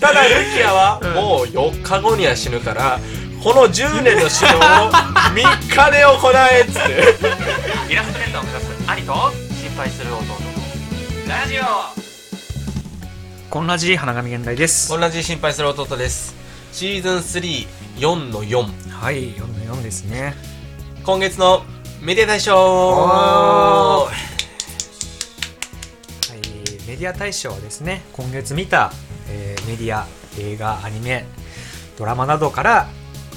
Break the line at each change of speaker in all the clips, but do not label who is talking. ただルキアはもう4日後には死ぬからこの10年の指導を3日で行えっつって
イラストレーターを目指す兄と心配する弟のラジオ
こんなじ花神現代です
同じ心配する弟ですシーズン34の4
はい4の4ですね
今月のメディア大賞
おはい、メディア大賞はですね今月見た、えーメディア映画アニメドラマなどから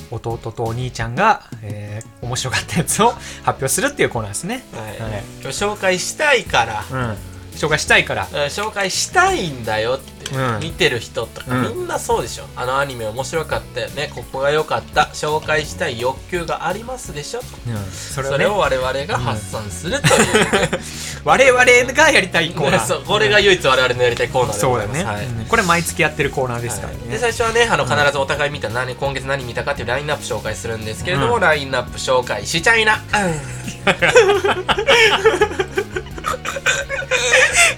弟とお兄ちゃんが、えー面白かったやつを発表するっていうコーナーですね、
はい
はい
今日紹介したいから
うん、紹介したいから
うん紹介したいんだよって、
うん
見てる人とか、
うん
みんなそうでしょあのアニメ面白かったよねここが良かった紹介したい欲求がありますでしょ
うん、
そ
それ
れ,、
を,、ね、
を我々が発散するという、ね
我々がやりたいコーナ ー
そうこれが唯一我々のやりたいコーナーで
そ
ご
う
ざい
だ
ます
ね、
はい
うんこれ毎月やってるコーナーですからね、
はいで最初はねあの必ずお互い見た何今月何見たかっていうラインナップ紹介するんですけれども、
うん
ラインナップ紹介しちゃいな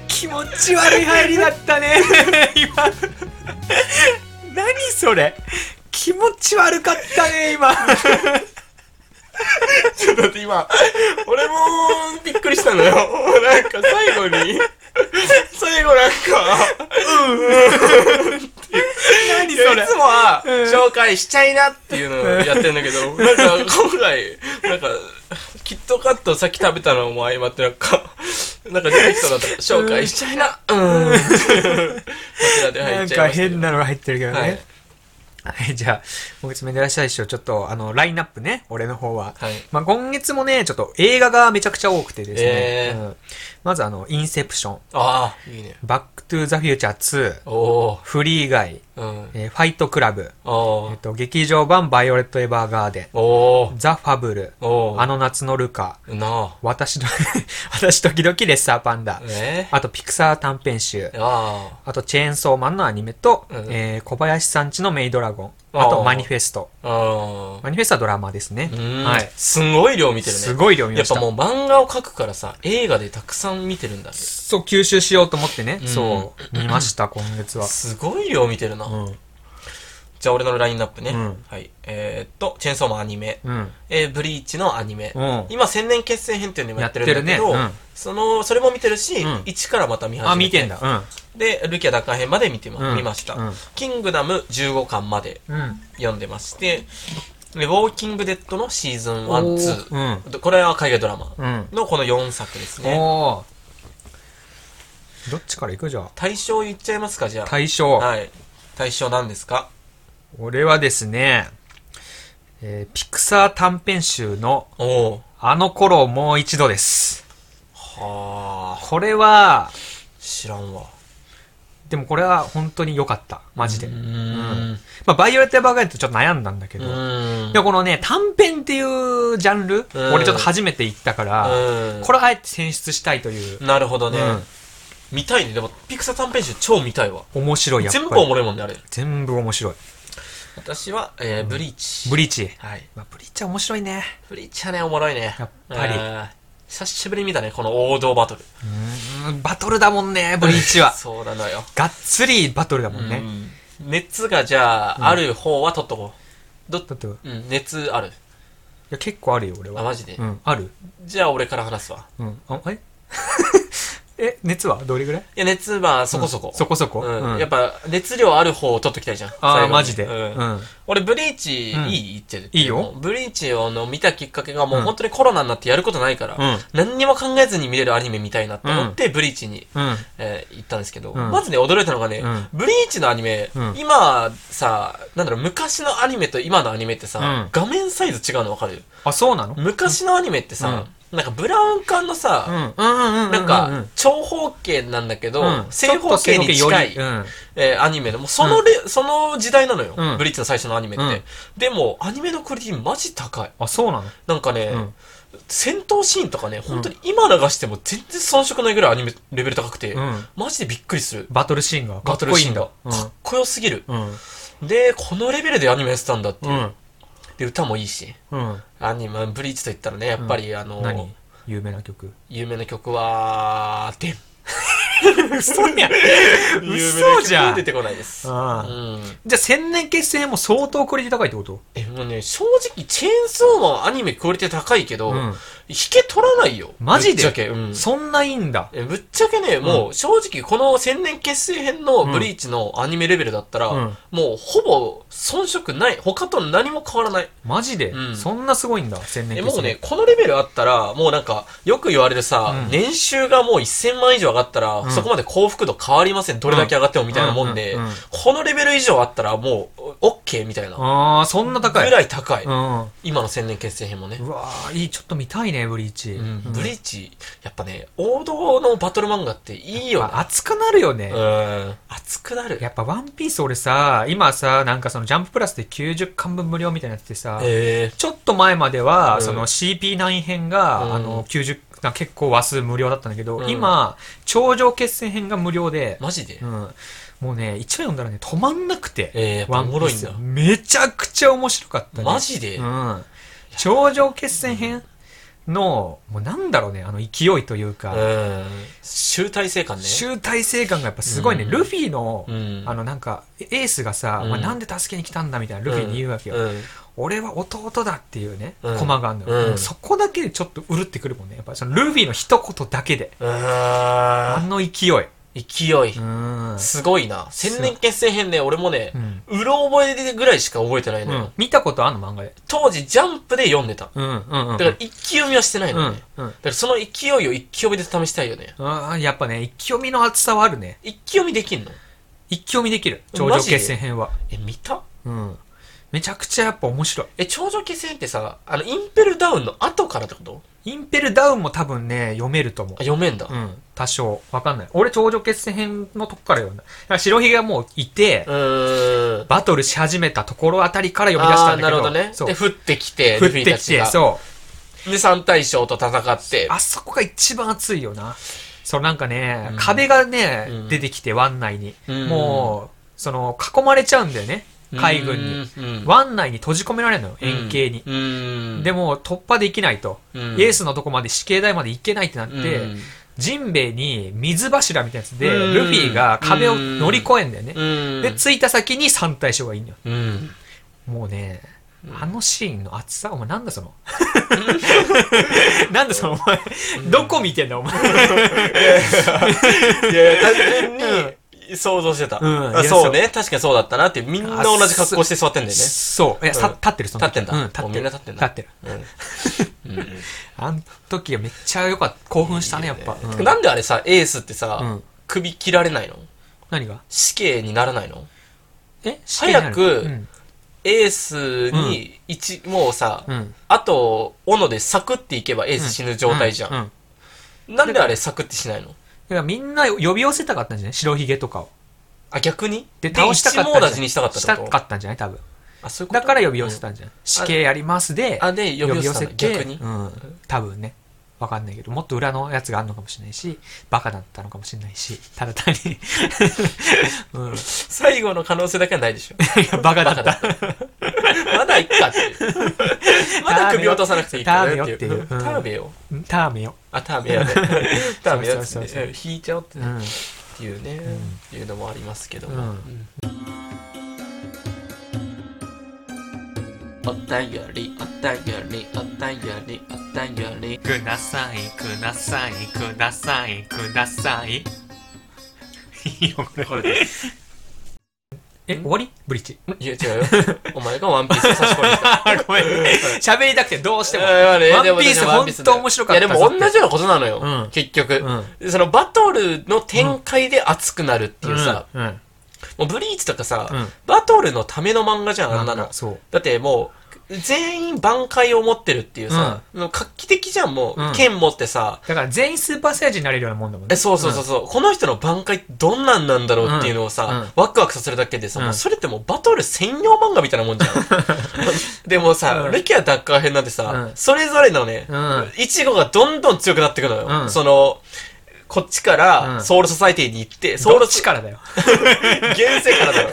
気持ち悪い入りだったね 今何それ気持ち悪かったね今
ちょっと待って今俺もびっくりしたのよ なんか最後に 最後なんか
何
いや
それ
いつもは
うん
紹介しちゃいなっていうのをやってるんだけど、なんか今回、なんか、キットカットさっき食べたのも相まってなんか、なんか出てきそうだったから紹介しちゃいな、うん。こちらで
な
入っ
ん
ちゃいましたけ
か
ど
変なのが入ってるけど
はい
ね。はい、じゃあ、今月めでらっしゃいしょ、ちょっと、あの、ラインナップね、俺の方は。
はい
まあ、今月もね、ちょっと映画がめちゃくちゃ多くてですね。
えー
うんまず、あの、インセプション、
ああ、いいね。
バックトゥーザフューチャー2、
おお
フリーガイ、
ー、うん。
えーファイトクラブ、
おお
えっ
ー
と、劇場版バイオレット・エヴァーガーデ
お
ン、ザ・ファブル、
ーお
あ
あ
の夏のルカ、
の、なあ。
私ど、 私時々レッサーパンダ、
え
あとピクサー短編集、
あ
あと、チェーンソーマンのアニメと、
うん
えー小林さんちのメイドラゴン。
あー
あと、マニフェスト。
あ。ああ。
マニフェストはドラマですね。
うん。
はい。
すごい量見てるね。
すごい量見
や
ま
っ
し
ぱ
た。
もう漫画を描くからさ、映画でたくさん見てるんだね。
そう、吸収しようと思ってね。
うん
そう、見 ました、今月は。
すごい量見てるな。
うん。
じゃあ俺のラインナップね。
うん
はい。えーっと、チェーンソーマンアニメ、
うん。
えーブリーチのアニメ。
うん。
今、千年決戦編っていうのもやってるんだけ
やって
ど、
るねうん
その、それも見てるし、
うん
一からまた見始めて。
あ、見てんだ。う
で、ルキア奪還編まで見てま、
うん
見ました、
うん
キングダム15巻まで
ん。うん。
読んでまして、でウォーキングデッドのシーズン1、
う
2、
ん。
これは海外ドラマ
うん。
のこの4作ですね。
おーどっちから行くじゃあ。
対象言っちゃいますか、じゃあ。
対象。
はい。対象なんですか
俺はですね、えーピクサー短編集の
おお
あの頃をもう一度です。
はあ、
これは、
知らんわ。
でもこれは本当に良かった。マジで。
う
うん
ん。
まあ、バイオレット・エヴァーガーデンとちょっと悩んだんだけど。
うん
でもこのね、短編っていうジャンル、
うん
俺ちょっと初めて行ったから、
うん
これあえて選出したいという、
なるほどね、
うん
見たいねでもピクサー短編集超見たいわ
面白いやっぱり
全部おもろいもんねあれ
全部面白い。
私は、えーブリーチ
ブ
リ
リーチ。
はい
まあ、ブリーチは面白いね。
ブリーチはねおもろいね
やっぱり
あー久しぶりに見たねこの王道バトル
うんバトルだもんね、ブリーチ は。
そうなのよ、
がっつりバトルだもんね。
うん熱がじゃあ、ある方は取っとこうど
だって、い
うん熱ある
や結構あるよ、俺は。
あマジで
うん、ある
じゃあ俺から話すわ
うん。あ、え え、熱はどれぐらい
いや熱はそこそこ、
そこそこ。
うんやっぱ熱量ある方を取っときたいじゃん最
あ
後
あ、
に
マジで。
うん
うん
俺ブリーチい
うん
い言ってる
いいよ
ブリーチをあの見たきっかけがもう
うん
本当にコロナになってやることないから、
うん
何にも考えずに見れるアニメ見たいなって思ってブリーチに、
うん。
えー行ったんですけど、
うん
まずね驚いたのがね、
うん
ブリーチのアニメ、
うん
今さなんだろう昔のアニメと今のアニメってさ、
うん
画面サイズ違うの分かる
あ、そうなの
昔のアニメってさ、なんかブラウン管のさ、
うん。うんうんうん。
なん
うん
か、長方形なんだけど、正方形に近い、
うん。
えーアニメの、もうそのレ、その時代なのよ、
うん
ブリッジの最初のアニメって。
うん
でも、アニメのクオリティマジ高い。
あ、そうなの
なんかね、
うん
戦闘シーンとかね、本当に今流しても全然遜色ないぐらいアニメレベル高くて、
うん
マジでびっくりする。
バトルシーンがか
バ
っ
トル
こいい
シー
ん
ンが
だ。。
かっこよすぎる。
うん。
で、このレベルでアニメやってたんだっていう。
うん。
で、歌もいいし。
うん。
アニメ、ブリーチと言ったらね、やっぱり、あの、
何有名な曲。
有名な曲は、デン。
嘘やん。
有名な曲
じゃん
出てこないです。
ああ
うん
じゃあ千年決戦も相当クオリティ高いってこと
え、もうね、正直、チェーンソーマンアニメクオリティ高いけど、
うん
引け取らないよ。
マジ
ぶっ
で
ちゃけ。うん。
そんないいんだ。
えぶっちゃけね、もう正直この千年結成編の
うん
ブリーチのアニメレベルだったら、
うん
もうほぼ遜色ない。他と何も変わらない。
マジで、
うん
そんなすごいんだ、千年
え、
決
も
戦。
うね、このレベルあったら、もうなんか、よく言われるさ、
うん
年収がもう1000万以上上がったら、
うん
そこまで幸福度変わりません。どれだけ上がってもみたいなもんで、
うんうんうん
このレベル以上あったらもう、OK みたいな。
ああ、そんな
ぐ
高い。
らい高い。
うんうん。
今の千年結成編もね。
うわーいい、ちょっと見たいね、ブリーチ。
うん
うん
ブリーチ、やっぱね、王道のバトル漫画っていいよね。
あ熱くなるよね。
うん。熱くなる。
やっぱワンピース俺さ、今さ、なんかそのジャンププラスで90巻分無料みたいになっててさ、
え
ちょっと前までは、
うん
その CP9 編が、
うん
あの、90、な結構話数無料だったんだけど、
うん
今、頂上決戦編が無料で
ー、、マジで、
うん。もうね、一話読んだらね、止まんなくて。
えー、やっぱおもろいんだ
ワンピー。スめちゃくちゃ面白かった、ね。
マジで、
うん。頂上決戦編の、もうなんだろうね、あの勢いというか、
うん。集大成感ね。
集大成感がやっぱすごいね、
うん
ルフィの、
うん。
あのなんか、エースがさ、
うん
お前なんで助けに来たんだみたいな
う
ル
ん、
フィに言うわけよ。
うん。
俺は弟だっていうね、
うん
コマがあるの
うん
よ、もうそこだけでちょっとうるってくるもんね。やっぱりそのルフィの一言だけで、
う
あ
ーん
の勢い。う
勢い、
ん。
すごいな。千年決戦編ね、俺もね
う、ん。
うろ覚えぐらいしか覚えてないの
う
よ。
ん見たことあんの漫画で。
当時、ジャンプで読んでた。
うんうんうんうん。
だから、一気読みはしてないのね。だか
うんうん。
ら、その勢いを一気読みで試したいよね。
あーやっぱね、一気読みの厚さはあるね。
一気読みできんの
一気読みできる。頂上
マジで
決戦編は。
え、見た
うん。めちゃくちゃやっぱ面白い。
え、頂上決戦ってさ、あの、インペルダウンの後からってこと
インペルダウンも多分ね、読めると思う
あ、。読めんだ
う。ん。多少。わかんない。俺、頂上決戦編のとこから読んだ。だから白ひげがもういて
う、ーん。
バトルし始めたところあたりから読み出したんだけど。
あーなるほど
そう
ね。で、。降ってきて、
降
ル
っ
フィ
て
た
き
ち
て、
が。
そう。
で、三大将と戦って。
あそこが一番熱いよな。そう、なんかね、
うん
壁がね、
うん
出てきて、湾内に。
うん
もう、その、囲まれちゃうんだよね。海軍に。
に
湾内に閉じ込められるのよ、円形に。
に
で
も、
も、突破できないと。
うん
エースのとこまで死刑台まで行けないってなって、
うん
ジンベエに水柱みたいなやつで、
うん
ルフィが壁を乗り越えんだよね。
うん
で、着いた先に三大将がいいんだよ。
うん。
もうね
う、ん
あのシーンの熱さ、お前なん だその。なんだその、お前、どこ見てんだお前。
いやいや、単純に想像してた。
うん
あそうね。確かにそうだったなって、みんな同じ格好して座ってんだよね。
そう。いや、さ
うん
立ってる、その時
立ってんだ
うん、立っ
もう
て
み
る。
んな立ってんだ
立ってる。
うん うん
あの時はめっちゃ良かった。興奮したね、やっぱ。うん
なんであれさ、エースってさ、
うん
首切られないの
何が
死刑にならないの
え
早く
うん
エースに一、もうさ、
うん。
あと、斧でサクっていけばエース死ぬ状態じゃん。
ううん。
なんであれサクってしないの
いや、みんな呼び寄せたかったんじゃない白ひげとかを。
あ、逆に
で、倒したかった
一
んじゃ
網
ない
打尽にしたかったってこと
したかったんじゃない多分。
あ、そういうこと
だから呼び寄せ
う
たんじゃない、死刑やりますで
ん、あ、で、呼
呼
び
び
寄
寄
せ
せ
た
て、
逆に
う。ん、多分ね。わかんないけど、もっと裏のやつがあるのかもしれないし、バカだったのかもしれないし、ただ単に、 うん、い
最後の可能性だけはないでしょ。
やバカ だ
バ
っ
カ
た
だ。まだいっかって いう。まだ首落とさなくていいかなっていう。
タ
タ
ー
ー
メ
ベよ。
うんターメよ。
あ、ターベ やね。ターベやつ
そうそうそう
ね。引いちゃおうって
う
ね
ん。
っていうね。っていうのもありますけど
う
も。うんお便り、お便り、お便り、お便り。
ください、ください、ください、ください。いいよ、これ。
これです。
え、終わりブリッジ。
いや、違うよ。 お前がワンピースを差し込んできた。
あ、ごめん。 喋りたくてどう しても。
ワ
ワンピース本当面白かった
いや、でも同じようなことなのよ。
うん
結局、
ん
そのバトルの展開で熱くなるっていうさ、
うん、うん
もうブリーチとかさ、
うん
バトルのための漫画じゃん、あんな
なん
の
か。そう。
だってもう、全員挽回を持ってるっていうさ、もう画期的じゃん、もう、
うん
剣持ってさ、
だから全員スーパーサイヤ人になれるようなもんだもんね。
え、そうそうそうそう、この人の挽回ってどんなんなんだろうっていうのをさ、
うんうん
ワクワクさせるだけでさ、
うん
もうそれってもうバトル専用漫画みたいなもん じゃん。でもさ、
うん
ルキアダッカー編なんてさ、
うん
それぞれのね、
うん
イチゴがどんどん強くなってくのよ。
うん
その、こっちか
うん
らソウルソサイティに行って、ソ
そ
ウル
の
ソ、
力だよ。
現世からだよ。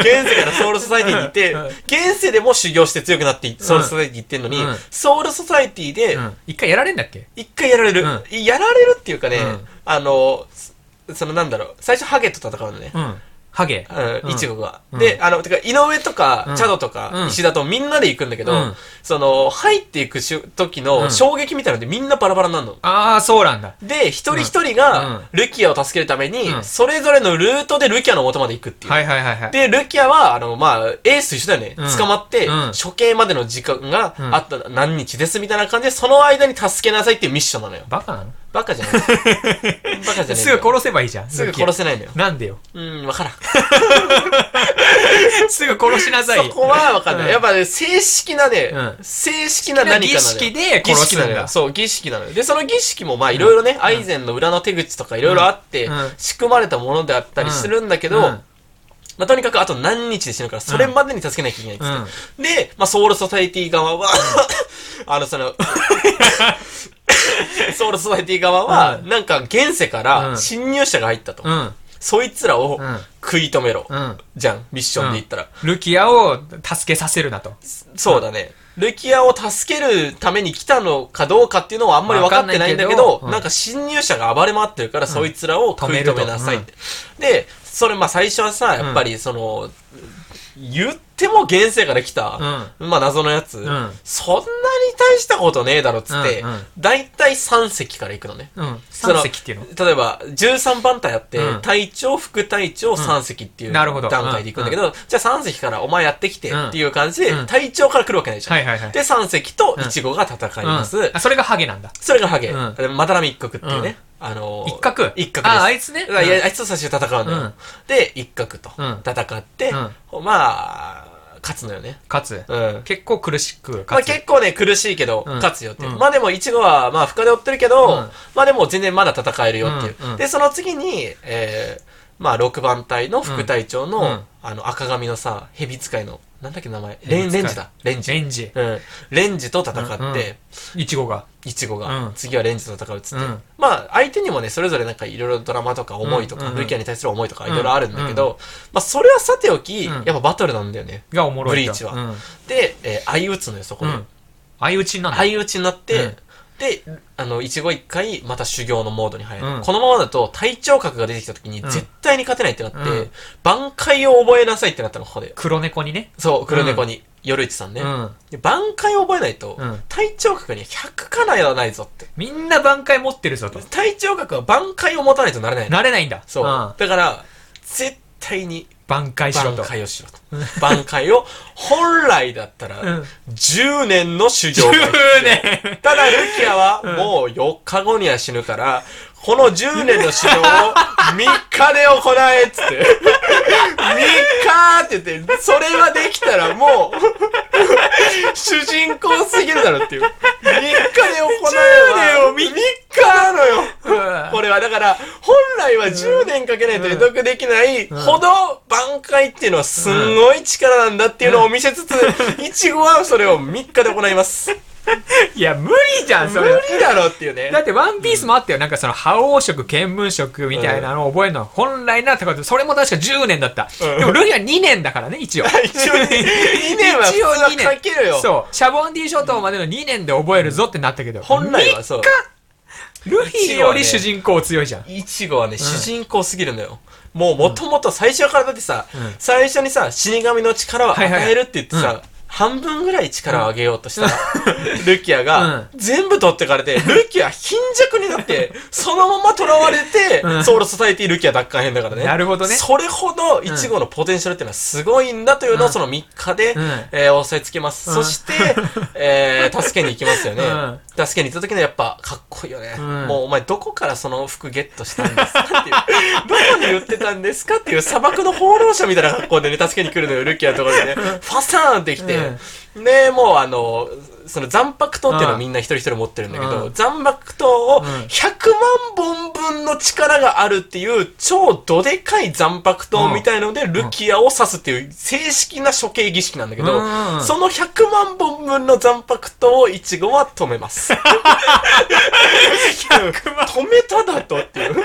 現世からソウルソサイティに行って
うん、
現世でも修行して強くなって、ソウルソサイティ行ってんのに
うん、
ソウルソサイティで
うん一回やられんだっけ
一回やられる。やられるっていうかね
うん、
あの、そのなんだろう、最初ハゲと戦うのね
う。ん。ハゲ
う
うん
ん、いちごが。
うん
で、あの、てか、井上と
う
か
ん、
チャドと
う
か
ん、
石田とみんなで行くんだけど、
うん
その、入っていくしゅ時
う
の
ん
衝撃みたいなのでみんなバラバラになるの。
ああそうなんだ
で、一人一人
うん
が、ルキアを助けるために
う、ん
それぞれのルートでルキアの元まで行くっていう。
はいはいはいはい
で、ルキアは、あの、まあ、エースと一緒だよね。
うん
捕まって、
うん
処刑までの時間が
うん
あった、何日ですみたいな感じで、その間に助けなさいっていうミッションなのよ。
バカなの
バカじゃ ない。バカじゃない。
すぐ殺せばいいじゃん
すぐ殺
せ
せないのよ。
なんでよ
うん、わからん。
すぐ殺しなさい
そこは分かんない。
うん
やっぱね、正式なね、
うん
正式な何かなのよ
儀式で殺
儀式
すんだ
なのよそう、儀式なのよ。で、その儀式もまあいろいろね、アイゼンの裏の手口とかいろいろあって、
うんうん
仕組まれたものであったりするんだけど、
うん
まあ、とにかくあと何日で死ぬから、それまでに助けなきゃいけないっつって。で、まあ、ソウルソサエティ側は、あの、その、 ソウルソサエティ側は、
うん
なんか現世か
うん
ら侵入者が入ったと。
うんうん
そいつらを
うん
食い止めろ。
うん
じゃん、ミッションで言ったら。
ルキアを助けさせるなと
そうだね。ルキアを助けるために来たのかどうかっていうのはあんまり分かってないんだけど、
わかんないけどうん
なんか侵入者が暴れ回ってるから、そいつらを食い止めなさいって。で、それまあ最初はさ、やっぱりその、言っても現世から来た、まあ謎のやつ、
ん
そんなに大したことねえだろっつって、
うんうん
だいたい3隻から行くのね。
うん三隻っていうの
例えば13番隊あって、
うん
隊長副隊長3隻っていう
うんなるほど
段階でいくんだけど、じゃあ3隻からお前やってきて
うん
っていう感じで、
うん
隊長から来るわけないじゃん、
はいはいはい
で3隻とイチゴが戦います、
うんあそれがハゲなんだ
それがハゲ、
う
マダラミ一角っていうね、あのー
一角
一角です
ああいつね
だからいや
うん
あいつと最初に戦うんだよ、
うん
で一角と
うん
戦って、まあ勝つのよね
勝つ
うん
結構苦しく
まあ、
勝つ
結構ね、苦しいけど、
うん
勝つよっていう。
うん
まあでも、イチゴは、まあ、深で追ってるけど、
うん
まあでも、全然まだ戦えるよっていう。
うんうん
で、その次に、えー、まあ、6番隊の副隊長の、
うんうん
あの、赤髪のさ、蛇使いの、なんだっけ名前レ
蛇
ン、レ
使い
ンジだ。レンジ。
レンジ
うん。レンジと戦って、
うんうんイチゴが
イチゴが、
うん
次はレンジと戦うっつって、
うん
まあ相手にもねそれぞれなんかいろいろドラマとか思いと
うん
か、
うんうん
ルキアに対する思いとかいろいろあるんだけど、まあそれはさておき、
うん
やっぱバトルなんだよね
がおもろ
ブ
いと
リーチは
うん
で、えー相打つのよそこ
う
で、
ん相打ちなんだ
相打ちになって、
うん
で、あの、一期一回、また修行のモードに入る。
うん
このままだと、体調格が出てきた時に、
うん
絶対に勝てないってなって、
うん
挽回を覚えなさいってなったの、ここで。
黒猫にね
そう、黒猫に、夜市さんね。
うん
で挽回を覚えないと、
うん
体調格に100かないはないぞって。
みんな挽回持ってるぞと
体調格は挽回を持たないとなれないの。
なれないんだ
そう。
ん
だから、絶対に
挽回しろ
挽
と
回をしろと。挽回を、本来だったら、
うん
10年の修行
10
が必要
年
ただ、ルキアはもう4日後には死ぬから、この10年の修行を3日で行えっつって。3日って言って、それはできたらもう、主人公すぎるだろっていう。3日で行えば。
10年を
3日なのよ。
うん
これはだから、本来は10年かけないと得得できないほど挽回っていうのはすんごい力なんだっていうのを見せつつ、いちごはそれを3日で行います。
いや無理じゃんそ
無
れ
理だろっていうね。
だってワンピースもあったよ。なんかその、覇王色、見聞色みたいなのを覚えるの。本来なってこと、それも確か10年だった。
うん
でもルイは2年だからね、一応。
一応ね、2年は
一応
普
二
通はかけるよ。
そう。シャボンディ諸島までの2年で覚えるぞってなったけど。
本来はそう。
ルフィより主人公強いじゃん。
イチゴはね、主人公すぎるのよ。もうもともと最初からだってさ、
ん
最初にさ、死神の力を与えるって言ってさ、
はいは
半分ぐらい力を上げようとしたら、 ルキアが、
う
全部取ってかれ て、ルキア貧弱になって、そのまま囚われて、
うん
ソウルソサイティルキア奪還編だからね。
なるほどね
それほど、イチゴのポテンシャルっていうのはすごいんだというのを、その3日で、
うん
えー押さえつけます。
うん
そして、えー助けに行きますよね。
うん
助けに行った時のやっぱかっこいいよね、
うん
もうお前どこからその服ゲットしたんですかっていうどこに売ってたんですかっていう砂漠の放浪者みたいな格好でね助けに来るのよルキアのところでねファサーンってきて、ねもうあのその残白刀っていうのをみんな一人一人持ってるんだけど、
うん
残白刀を
うん
100万本分の力があるっていう超どでかい残白刀みたいのでルキアを刺すっていう正式な処刑儀式なんだけど、
うん
その100万本分の残白刀をイチゴは止めます。
100万。
止めただとっていう。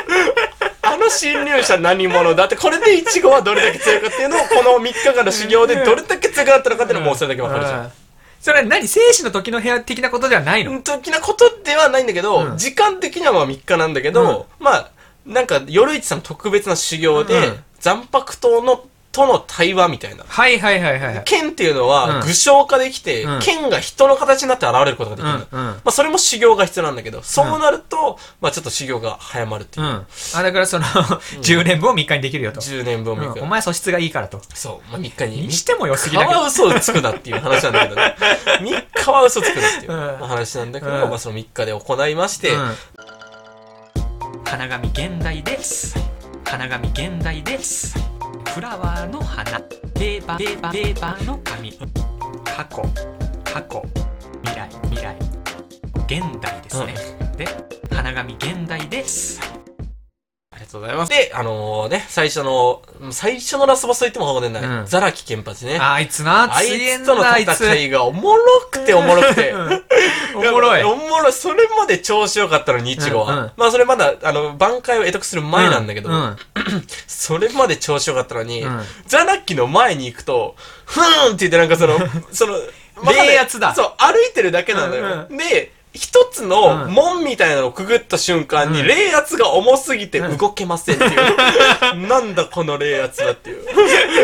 あの侵入者何者だって、これでイチゴはどれだけ強いかっていうのを、この3日間の修行でどれだけ強くなったのかっていうのももうそれだけわかるじゃん。
うんそれは何生死の時の部屋的なことではないの、
時なことではないんだけど、
うん
時間的にはまあ3日なんだけど、まあ、なんか、夜市さんの特別な修行で、
うん
残白党のとの対話みたいな。
はいはいはいはいはい。
剣っていうの
うん
は具象化できて、
うん
剣が人の形になって現れることができるの、
うんうん
まあ、それも修行が必要なんだけど、そうなると、まあ、ちょっと修行が早まるって
う
い
ん。
う、
あ、だからその、10連分を3日にできるよと。
10年分を3日、
うんお前素質がいいからと。
そう、まあ、3日に
にしても良すぎ
3
だ
日
けど
は。嘘をつくなっていう話なんだけど ね3日は嘘つくなっていう
うん
まあ話なんだけど、
うん
まあ、その3日で行いまして、
うん金紙現代です金紙現代ですフラワーの花レーバーレーバーレーバーの紙過去過去未来未来現代ですね、で花紙現代です
ありがとうございますであのね最初の最初のラスボスと言っても過言でない、
うん
ザラキケンパチね
あいつな
あいつとの
あいつ
戦いがおもろくておもろくて。
おもろい
おもろい。それまで調子良かったのに、イチゴは。
うんうん
まあ、それまだ、あの、挽回を得得する前なんだけど、
ううん
それまで調子良かったのに、
うん
ザラッキの前に行くと、ふーんって言ってなんかそ の、その、まだね
冷圧だ
そう、歩いてるだけなのよ。
う
で、一つの
うん
門みたいなのをくぐった瞬間に、
うん
冷圧が重すぎて動けませんっていう。 なんだこの冷圧だっていう。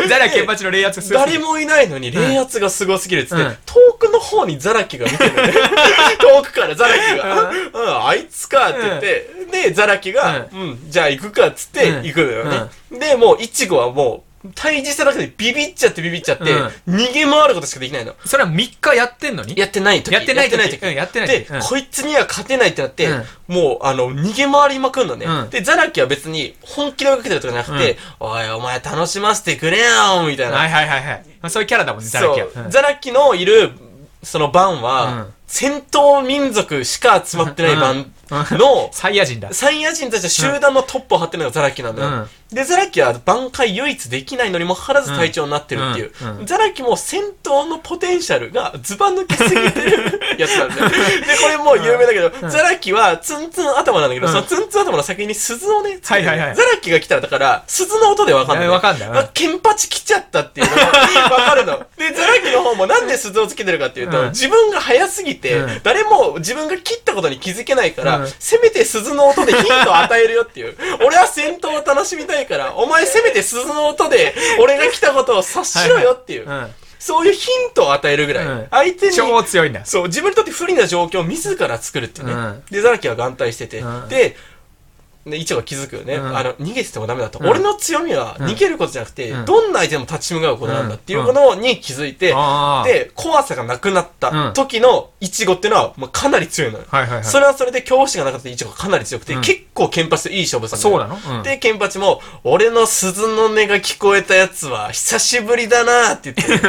ザラケンパチのレイアツすごい
誰もいないのに冷圧がすごすぎるっつって、
うん
遠くの方にザラキが見てるんで 遠くからザラキが、
う
うん、あいつかって言って、で、ザラキが、うん、じゃあ行くかっつって
うん
行くのよね。で、もう、イチゴはもう、退治しただけでビビっちゃってビビっちゃって、
うん
逃げ回ることしかできないの。
それは3日やってんのに
やってない時
やってない時
やってない時。
うんやってない
で
時、うん
こいつには勝てないってなって、
うん
もう、あの、逃げ回りまくんのね。
うん
で、ザラキは別に本気で追いかけてるとかじゃなくて、おい、お前楽しませてくれよみたいな
は。いはいはいはい、まあ、そういうキャラだもんねザラケン
そう
うん
ザラキのいるその番は、
うん
戦闘民族しか集まってない番
うん
の、
サイヤ人だ
サイヤ人たちの集団のトップを張ってるのがザラキなんだよ、でザラキは挽回唯一できないのにもかかわらず隊長になってるっていう、
うんうん
ザラキも戦闘のポテンシャルがずば抜けすぎてるやつなんだよ でこれもう有名だけど、ザラキはツンツン頭なんだけど、
うん
そのツンツン頭の先に鈴をねつけてる
はいはいはい
ザラキが来たらだから鈴の音でわかんない、
わかんないうん
あケンパチ来ちゃったっていうのがわか るの。で、ザラキの方もなんで鈴をつけてるかっていうと、
うん
自分が早すぎて、
うん
誰も自分が切ったことに気づけないから、
うん
せめて鈴の音でヒントを与えるよっていう。俺は戦闘を楽しみたいから、お前せめて鈴の音で俺が来たことを察しろよっていう。
うん
そういうヒントを与えるぐらい。
うん
相手に。
超強いんだ
そう、自分にとって不利な状況を自ら作るっていうね。
うん
で、ザラキは眼帯してて、
うん
で、ね、一応気づくよね、
うん
あの、逃げててもダメだと。
うん
俺の強みは逃げることじゃなくて、
うん
どんな相手でも立ち向かうことなんだっていうことに気づいて、
あー
で、怖さがなくなった時のイチゴっていうのは、まあ、かなり強いのよ。
はいはいはい
それはそれで恐怖心がなかったイチゴがかなり強くて、
うん
結構ケンパチといい勝負さ
そうなのうん
で、ケンパチも、俺の鈴の音が聞こえたやつは、久しぶりだなーって言っ て、で、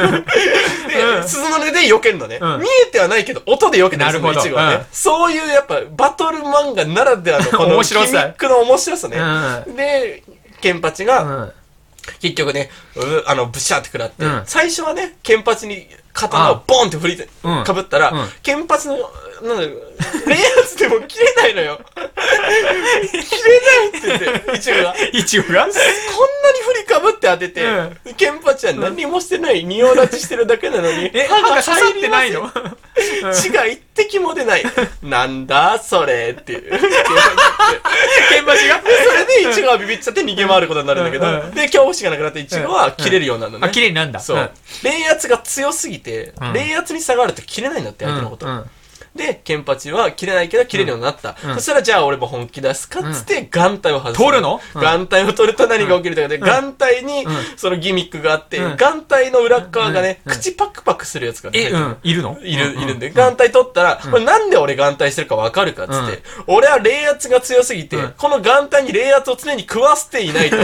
うん
鈴の音で避けるのね、
うん
見えてはないけど、音で避けて
なるほど
そのイチゴはね、
うん
そういうやっぱ、バトル漫画ならではの、この、
面
ギ
白
ミ
さ
ックの面白さね。
う
で、ケンパチが、
んうん
結局ね、うあの、ブシャーって食らって、
うん
最初はね、ケンパチに刀をボンって振りて、
うん
かぶったら、
うん
ケンパチの、なんだろう、レイアウトでも切れないのよ。切れないって言って、一部が。
イチゴが
こんなに振りかぶって当てて、
う
ケンパチは何もしてない、仁王立ちしてるだけなのに、
え 歯が刺さってないの
入りません血が一滴も出 ない。なんだそれっていう。ケンパチが。それでイチゴはビビっちゃって逃げ回ることになるんだけど
うんうん、
で、恐怖心がなくなってイチゴは切れるようになるのね。
あ綺麗になんだ
そう。冷圧が強すぎて、
うん
冷圧に下がると切れないんだって、
うん
相手のこと。
うん
で、ケンパチは切れないけど切れるようになった。
うん
そしたら、じゃあ俺も本気出すかっつって、眼帯を外す。
取るのうん
眼帯を取ると何が起きるとかで、眼帯に
ん
そのギミックがあって、
うん
眼帯の裏側がね、
うん
口パクパクするやつがね
えうんいるの
いる、
う
いるんで、
う
眼帯取ったら、これなんで俺眼帯してるかわかるかっつって、俺は冷圧が強すぎて
うん、
この眼帯に冷圧を常に食わせていないと、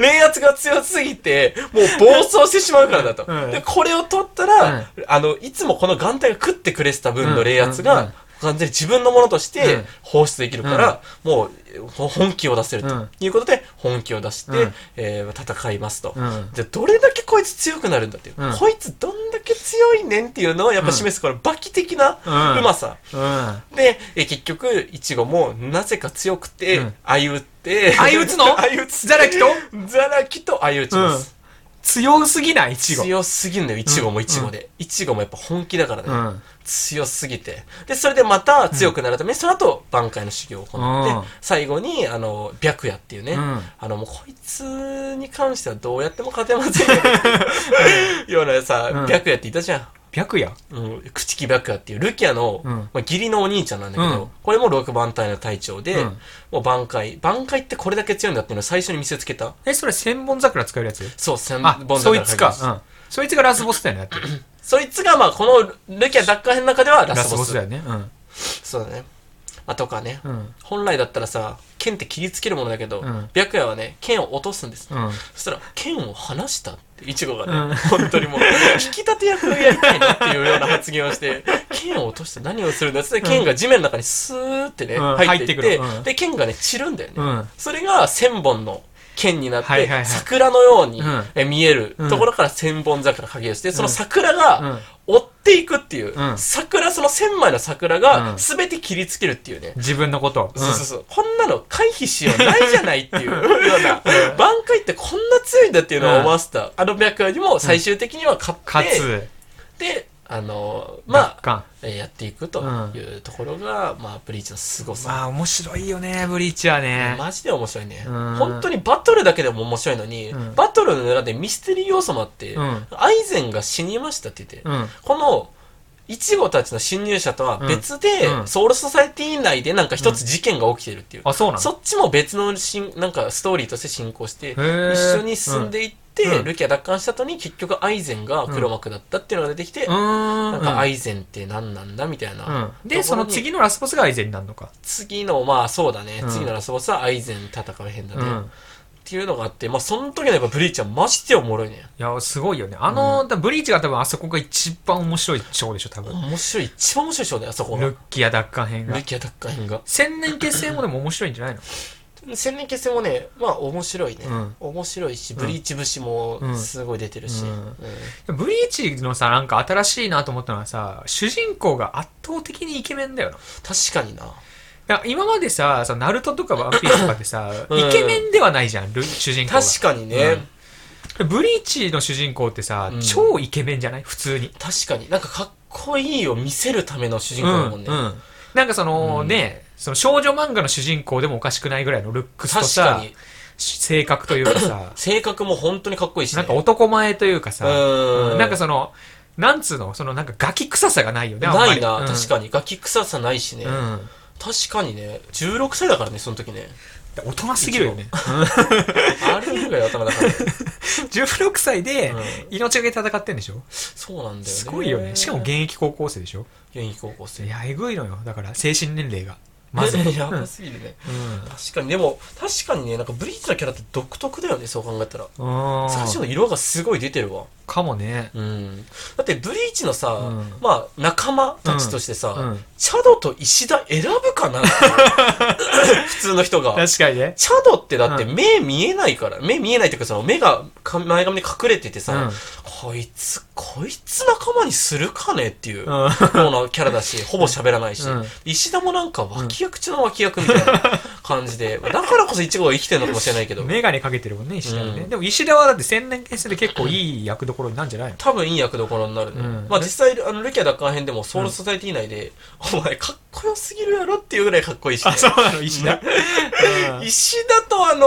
冷圧が強すぎて、もう暴走してしまうからだと
う。ん
で、これを取った
うん
ら、あの、いつもこの眼帯が食ってくれてた分の冷圧
うんうん
が、完全に自分のものとし
う
て
ん
放出できるから、もうほ本気を出せる
う
と
ん
いうことで、本気を出して
うん、
えー戦いますと。
うん
じゃあどれだけこいつ強くなるんだっていう、
うん
こいつどんだけ強いねんっていうのをやっぱ示すこのバキ的な
うん
うまさ、
うん
でえ結局いちごもなぜか強くて、
うん
相打って
相打つの
相打つ
ザラキと
ザラキと相打ちます、
強すぎないいちご
強すぎんのよ、いちごもいちごで。いちごもやっぱ本気だからね。
うん
強すぎて。で、それでまた強くなるために、その後、挽回の修行を行って、
うん
最後に、あの、白夜っていうね、
うん
あの、もうこいつに関してはどうやっても勝てませんよ。 ようなさ、
うん
白夜っていたじゃん。
白夜
うん、口木白夜っていう、ルキアの、
うん
まあ、義理のお兄ちゃんなんだけど、
うん
これも六番隊の隊長で、
うん
もう挽回。挽回ってこれだけ強いんだっていうのを最初に見せつけた。
えそれ千本桜使えるやつ
そう、千
あ
本桜
そいつか
が、書て
う
ます
ん、そいつがラスボスだよねだって
そいつが、まあ、このルキア奪還編の中で はラ
ラ
ス
ス
ボ
ボ
ス。
スだよねうん
そうだね。あとかね、
うん
本来だったらさ、剣って切りつけるものだけど、
うん
白夜はね、剣を落とすんです。
うん
そしたら、剣を離したって、イチゴがね、
うん
本当にもう、引き立て役をやりたいなっていうような発言をして、剣を落として何をするんだっつって、剣が地面の中にスーってね、
うん
入っていって、
入ってくるうん
で、剣がね、散るんだよね。
うん
それが千本の剣になって、
はいはいはい
桜のように、
うん
え見える
うん
ところから千本桜が影をして、その桜が追っていくっていう、
うん
桜、その千枚の桜
う
が
ん
全て切りつけるっていうね。
自分のことを
そうそうそう。こんなの回避しようないじゃないっていう ような、挽回ってこんな強いんだっていうのを思わせた。あの白夜にも最終的には勝
か
って、
つ
で、あの、まあ、
奪還
えーやっていくというところが、まあ、ブリーチの凄さ。
まあ面白いよねブリーチはね
マジで面白いね。
うん
本当にバトルだけでも面白いのに、
うん
バトルの裏でミステリー要素もあって、
うん
アイゼンが死にましたって言って、
うん
この、イチゴたちの侵入者とは別で、
うんうん
ソウルソサエティ内でなんか一つ事件が起きてるっていう。
あそうな
そ
の
っちも別のしんなんかストーリーとして進行して、
ー
一緒に進んでいって、
うん
ルキア奪還した後に結局アイゼンが黒幕だったっていうのが出てきて、
うーん
なんかアイゼンって何なんだみたいな。
うん、でその次のラスボスがアイゼンになるのか、
次の、まあそうだね、
うん
次のラスボスはアイゼン戦う編だね。
う
っ
ん、
ていうのがあって、まあその時のやっぱブリーチはマジでおもろいね。
いやすごいよねあの、だブリーチが多分あそこが一番面白い章でしょ多分
面白い、一番面白い章だよ、あそこが。
ルッ
ル
キア奪還編が
キア奪還編が。
千年結成もでも面白いんじゃないの
千年決戦もね、まあ面白いね。
うん
面白いし、ブリーチ節もすごい出てるし。
うん
うん
ブリーチのさなんか新しいなと思ったのはさ主人公が圧倒的にイケメンだよな
確かにな。
いや今までささナルトとかワンピースとかってさ、
うん
イケメンではないじゃんル主人公が
確かにね。
うんブリーチの主人公ってさ、
うん
超イケメンじゃない普通に
確かになんかかっこいいを見せるための主人公だもんね、
うんうんなんかその、
うん
ねその少女漫画の主人公でもおかしくないぐらいのルックスと
確
さ
かに
性格というかさ
性格も本当にかっこいいし、ね、
なんか男前というかさ、
うん
うんなんかそのなんつうのそのなんかガキ臭さがないよねあんま
な
り
いな、
うん
確かにガキ臭さないしね、
うん
確かにね16歳だからねその時ね
大人すぎるよね。
あれぐらい頭だから、
16歳で
うん
命がけで戦ってんでしょ
そうなんだよね
すごいよね。しかも現役高校生でしょ
現役高校生
いや、えぐいのよ。だから、精神年齢が。ま
ま
ず。
ず
うん
やばすぎるね、確かにでも確かにねなんかブリーチのキャラって独特だよねそう考えたら
うん
最初の色がすごい出てるわ
かもね。
うんだってブリーチのさ、
うん
まあ仲間たちとしてさ、
うん
チャドと石田選ぶかなって 普通の人が。
確かにね。
チャドってだって
う
目見えないから、目見えないっていうかその目がか前髪に隠れててさ、
うん
こいつ、こいつ仲間にするかねっていう、
う
よ
ん
うなキャラだ し、ほぼ喋らないし、
うん
石田もなんか脇役中の脇役みたいな感じで、まあだからこそイチゴが生きてるのかもしれない けど、
メガネかけてるもんね、石田にね。
うん
でも石田はだって千年結成で結構いい役どころになんじゃ ないの
多分いい役どころになるね。
うん
まあ実際、あの、ルキア奪還編でもソウルソサイティ内で、お前かっこよすぎるやろっていうぐらいかっこいいし、ね。
うなの、石田。うん
石田とあの、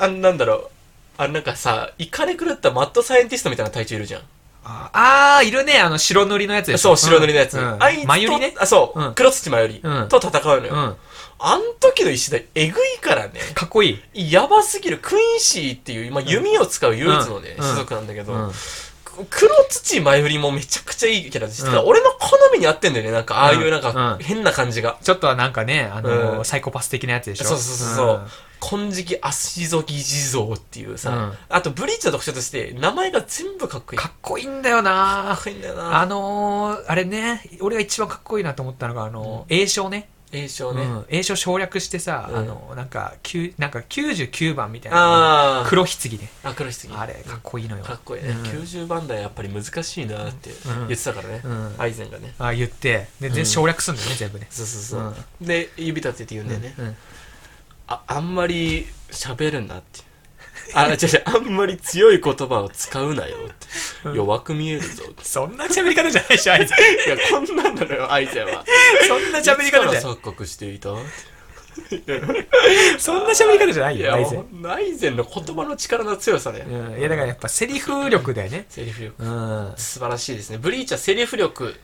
あのなんだろうあのなんかさイカれ狂ったマッドサイエンティストみたいな隊長いるじゃん
あー、いるね。あの、白塗りのやつでし
そ
ょ
う白塗りのやつ、
うん
あいつと
まゆりね。
あそう、
うん
黒土まゆり、
うん
と戦うのよ、
うん。
あん時の石田えぐい からね
かっこいい。
やばすぎるクイーンシーっていう、まあ、弓を使う唯一のね、
うん
種族なんだけど、
うん
く黒土まゆりもめちゃくちゃいいキャラでして、ただ
うん
俺の好みに合ってんだよねなんかああいうなんか
うん
変な感じが、
ちょっとはなんかね、あの、
うん
サイコパス的なやつでしょ
そうそうそうそう。金色足ぞぎ地蔵っていうさ、
うん
あとブリーチの特徴として名前が全部かっこいい。
か
か
っこいいんだよな
っこいいんだよ
あ
な。
のー、あれね、俺が一番かっこいいなと思ったのが、あのー、栄翔ね。
栄翔
う
ね。
ん栄翔省略してさ、
うん
あのー、なんか、きゅうなんか99番みたいな。
あー
黒棺ね。
あ、黒ひつぎ。
あれ、かっこいいのよ。
かっこいいね。
うん
90番台やっぱり難しいなって
うん
言ってたからね。
うん
アイゼンがね。
あ言って、で、全省略すんだよね、全部ね。
そうそうそう。で、指立てて言うんだよね。
うん
あ、あんまり喋るなって。あ、違う違う、あんまり強い言葉を使うなよって。弱く見えるぞって。
そんな喋り方じゃないでしょ、あいつ。
いや、こんなんなのよ、アイちゃんは。
そんな
い
喋り方
つ
じゃ
か
な
ら錯覚していた
い。そんな喋り方じゃない
い
よ、
や、
大
ほ
然。
んアイゼンの言葉の力の強さだよ。
うん。いや、だからやっぱセリフ力だよね。
セリフ力。
うん。
素晴らしいですね。ブリーチはセリフ力、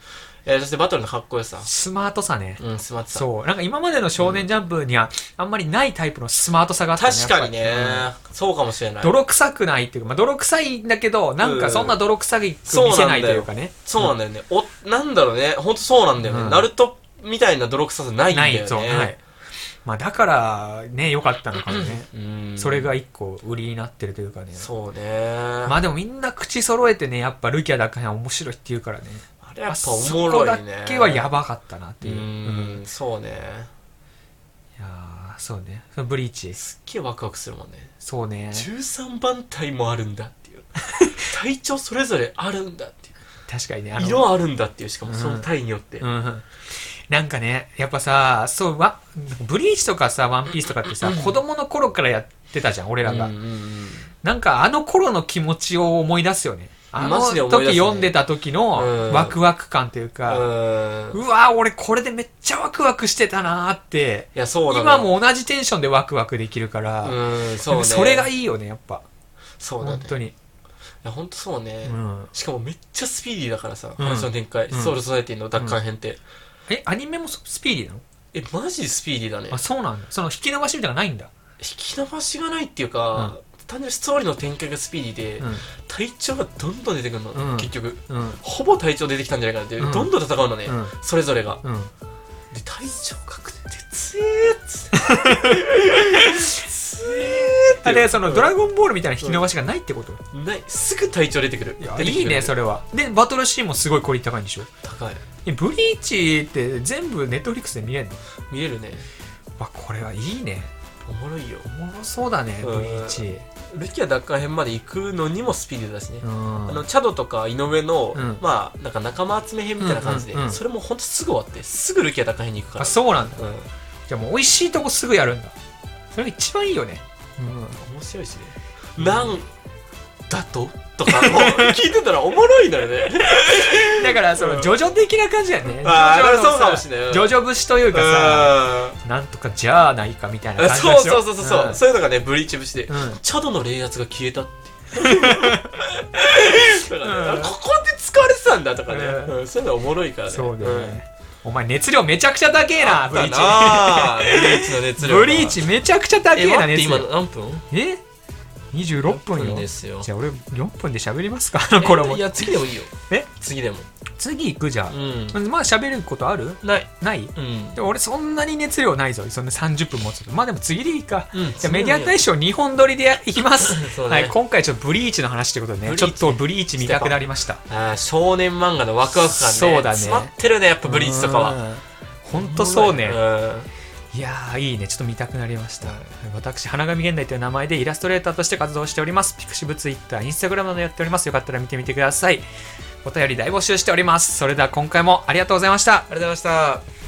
えーそしてバトルのかっこよさ。
スマートさね。
うん、スマートさ。
そう。なんか今までの少年ジャンプにはあんまりないタイプのスマートさがあったね。
確かに
やっ
ね
ぱりうん、
そうかもしれない。
泥臭くないっていうか、まあ、泥臭いんだけど、なんかそんな泥臭く見せないというかね。
そうなんだよね。お、なんだろうね。ほんとそうなんだよね。
うん
ナルトみたいな泥臭さないん
な
だ
い
よね。
そうはい。まあだから、ね、良かったのかもね。
うん。
それが一個売りになってるというかね。
そうね。
まあでもみんな口揃えてね、やっぱルキアだけは面白いって言うからね。
あれやっぱお
そ
も
こ
ろ
だ
いね。
けはやばかったなって
う
いう。うん
ん、そうね。
いやーそうね。そのブリーチ。
すっげえワクワクするもんね。
そうね。
13番隊もあるんだって いう。体調それぞれあるんだっていう。
確かにね。
色あるんだっていう、しかも
うん
その体によって。
うんなんかね、やっぱさ、そう、わ、ブリーチとかさ、ワンピースとかってさ、子供の頃からやってたじゃん、俺らが。
うんうんうん
なんかあの頃の気持ちを思い出すよね。あの
マジで
時
思い出すね
読んでた時
うん
のワクワク感というか、
うん
うわ俺これでめっちゃワクワクしてたなーって、
いや、そうなの
今も同じテンションでワクワクできるか
う
ら、
ん、
で
そう
も
ね。
それがいいよね、やっぱ。
そうだ
本
ね。
当に。
いや、ほんとそうね。
うん
しかもめっちゃスピーディーだからさ、
うん
話の展開、
うん
ソウルソサイティの奪還編って。
え、アニメもそスピーディーなの
え、マジでスピーディーだね。
あ、そうなんだ。その引き伸ばしみたいなのないんだ。
引き伸ばしがないっていうか、単純にストーリーの展開がスピーディーで、
う
体調がどんどん出てくるの、
うん
結局。
ん。うん。
ほぼ体調出てきたんじゃないかなっていう、
うん
どんどん戦うのね、
うん
それぞれが。
うん。
で、体調確定で、つえーっつって。つえーっ
あ
て。
れそのドラゴンボールみたいな引き伸ばしがないってこと、
ない、すぐ体調出てくる。
いや
出てき
い
て
い
くる
ねそれはでバトルシーンもすごいクオリティ高いんでしょ
高い。
えブリーチって全部ネットフリックスで見れるの
見えるね。
わこれはいいね
おもろいよ。
おもろそうだね
うん
ブリーチ
ルキア奪還編まで行くのにもスピーディーだしね、
うん
あのチャドとか井上の、
うん
まあなんか仲間集め編みたいな感じで、
うんうんうん
それもほんとすぐ終わってすぐルキア奪還編に行くから
あそうなんだ
うん、
じゃあもう美味しいとこすぐやるんだそれが一番いいよねう
面白いしね、なんだとと かもう聞いてたらおもろいのよね
ん、だからそのジョジョ的な感じだよね、
あー
ジョジョのさ
そうかもしれないうん
ジョジョ節というかさ、なんとかじゃあないかみたいな
うん
感じ
そう
でし
そう
ょ
そうそうそう、
ん
そういうのがねブリーチ節で、
うん
チャドの冷圧が消え たってだからね
うん
ここで使われてたんだとかね、
うん
うんそういうのおもろいからね
そうだ
う
よ
ん
ね、お前熱量めちゃくちゃ高えなブリーチ
あったなブリーチの熱量が
ブリーチめちゃくちゃ高
え
えな
待っ
熱
て今
量
何分
え26分よ
です よ
じゃあ俺4分で喋りますかあの頃も
えいや次でもいいよ
え
次でも
次行くじゃ、
うんん
まあ喋ることある
ない
ない
うん
でも俺そんなに熱量ないぞそんな30分持つのまあでも次でいいか、
うん
じゃあメディア大賞2本撮りでいきます、
そうだ
は
ね
い、今回ちょっとブリーチの話ということで
ブ
ね
リー
ちょ
チ
っとブリーチ見たくなりました
あー少年漫画のワクワク感ね
そうだね
詰まってるねやっぱブリーチとかは
は本当そうね、
うん
いやーいいねちょっと見たくなりました、私花神現代という名前でイラストレーターとして活動しておりますピクシブツイッターインスタグラムなどやっておりますよかったら見てみてくださいお便り大募集しておりますそれでは今回もありがとうございました
ありがとうございました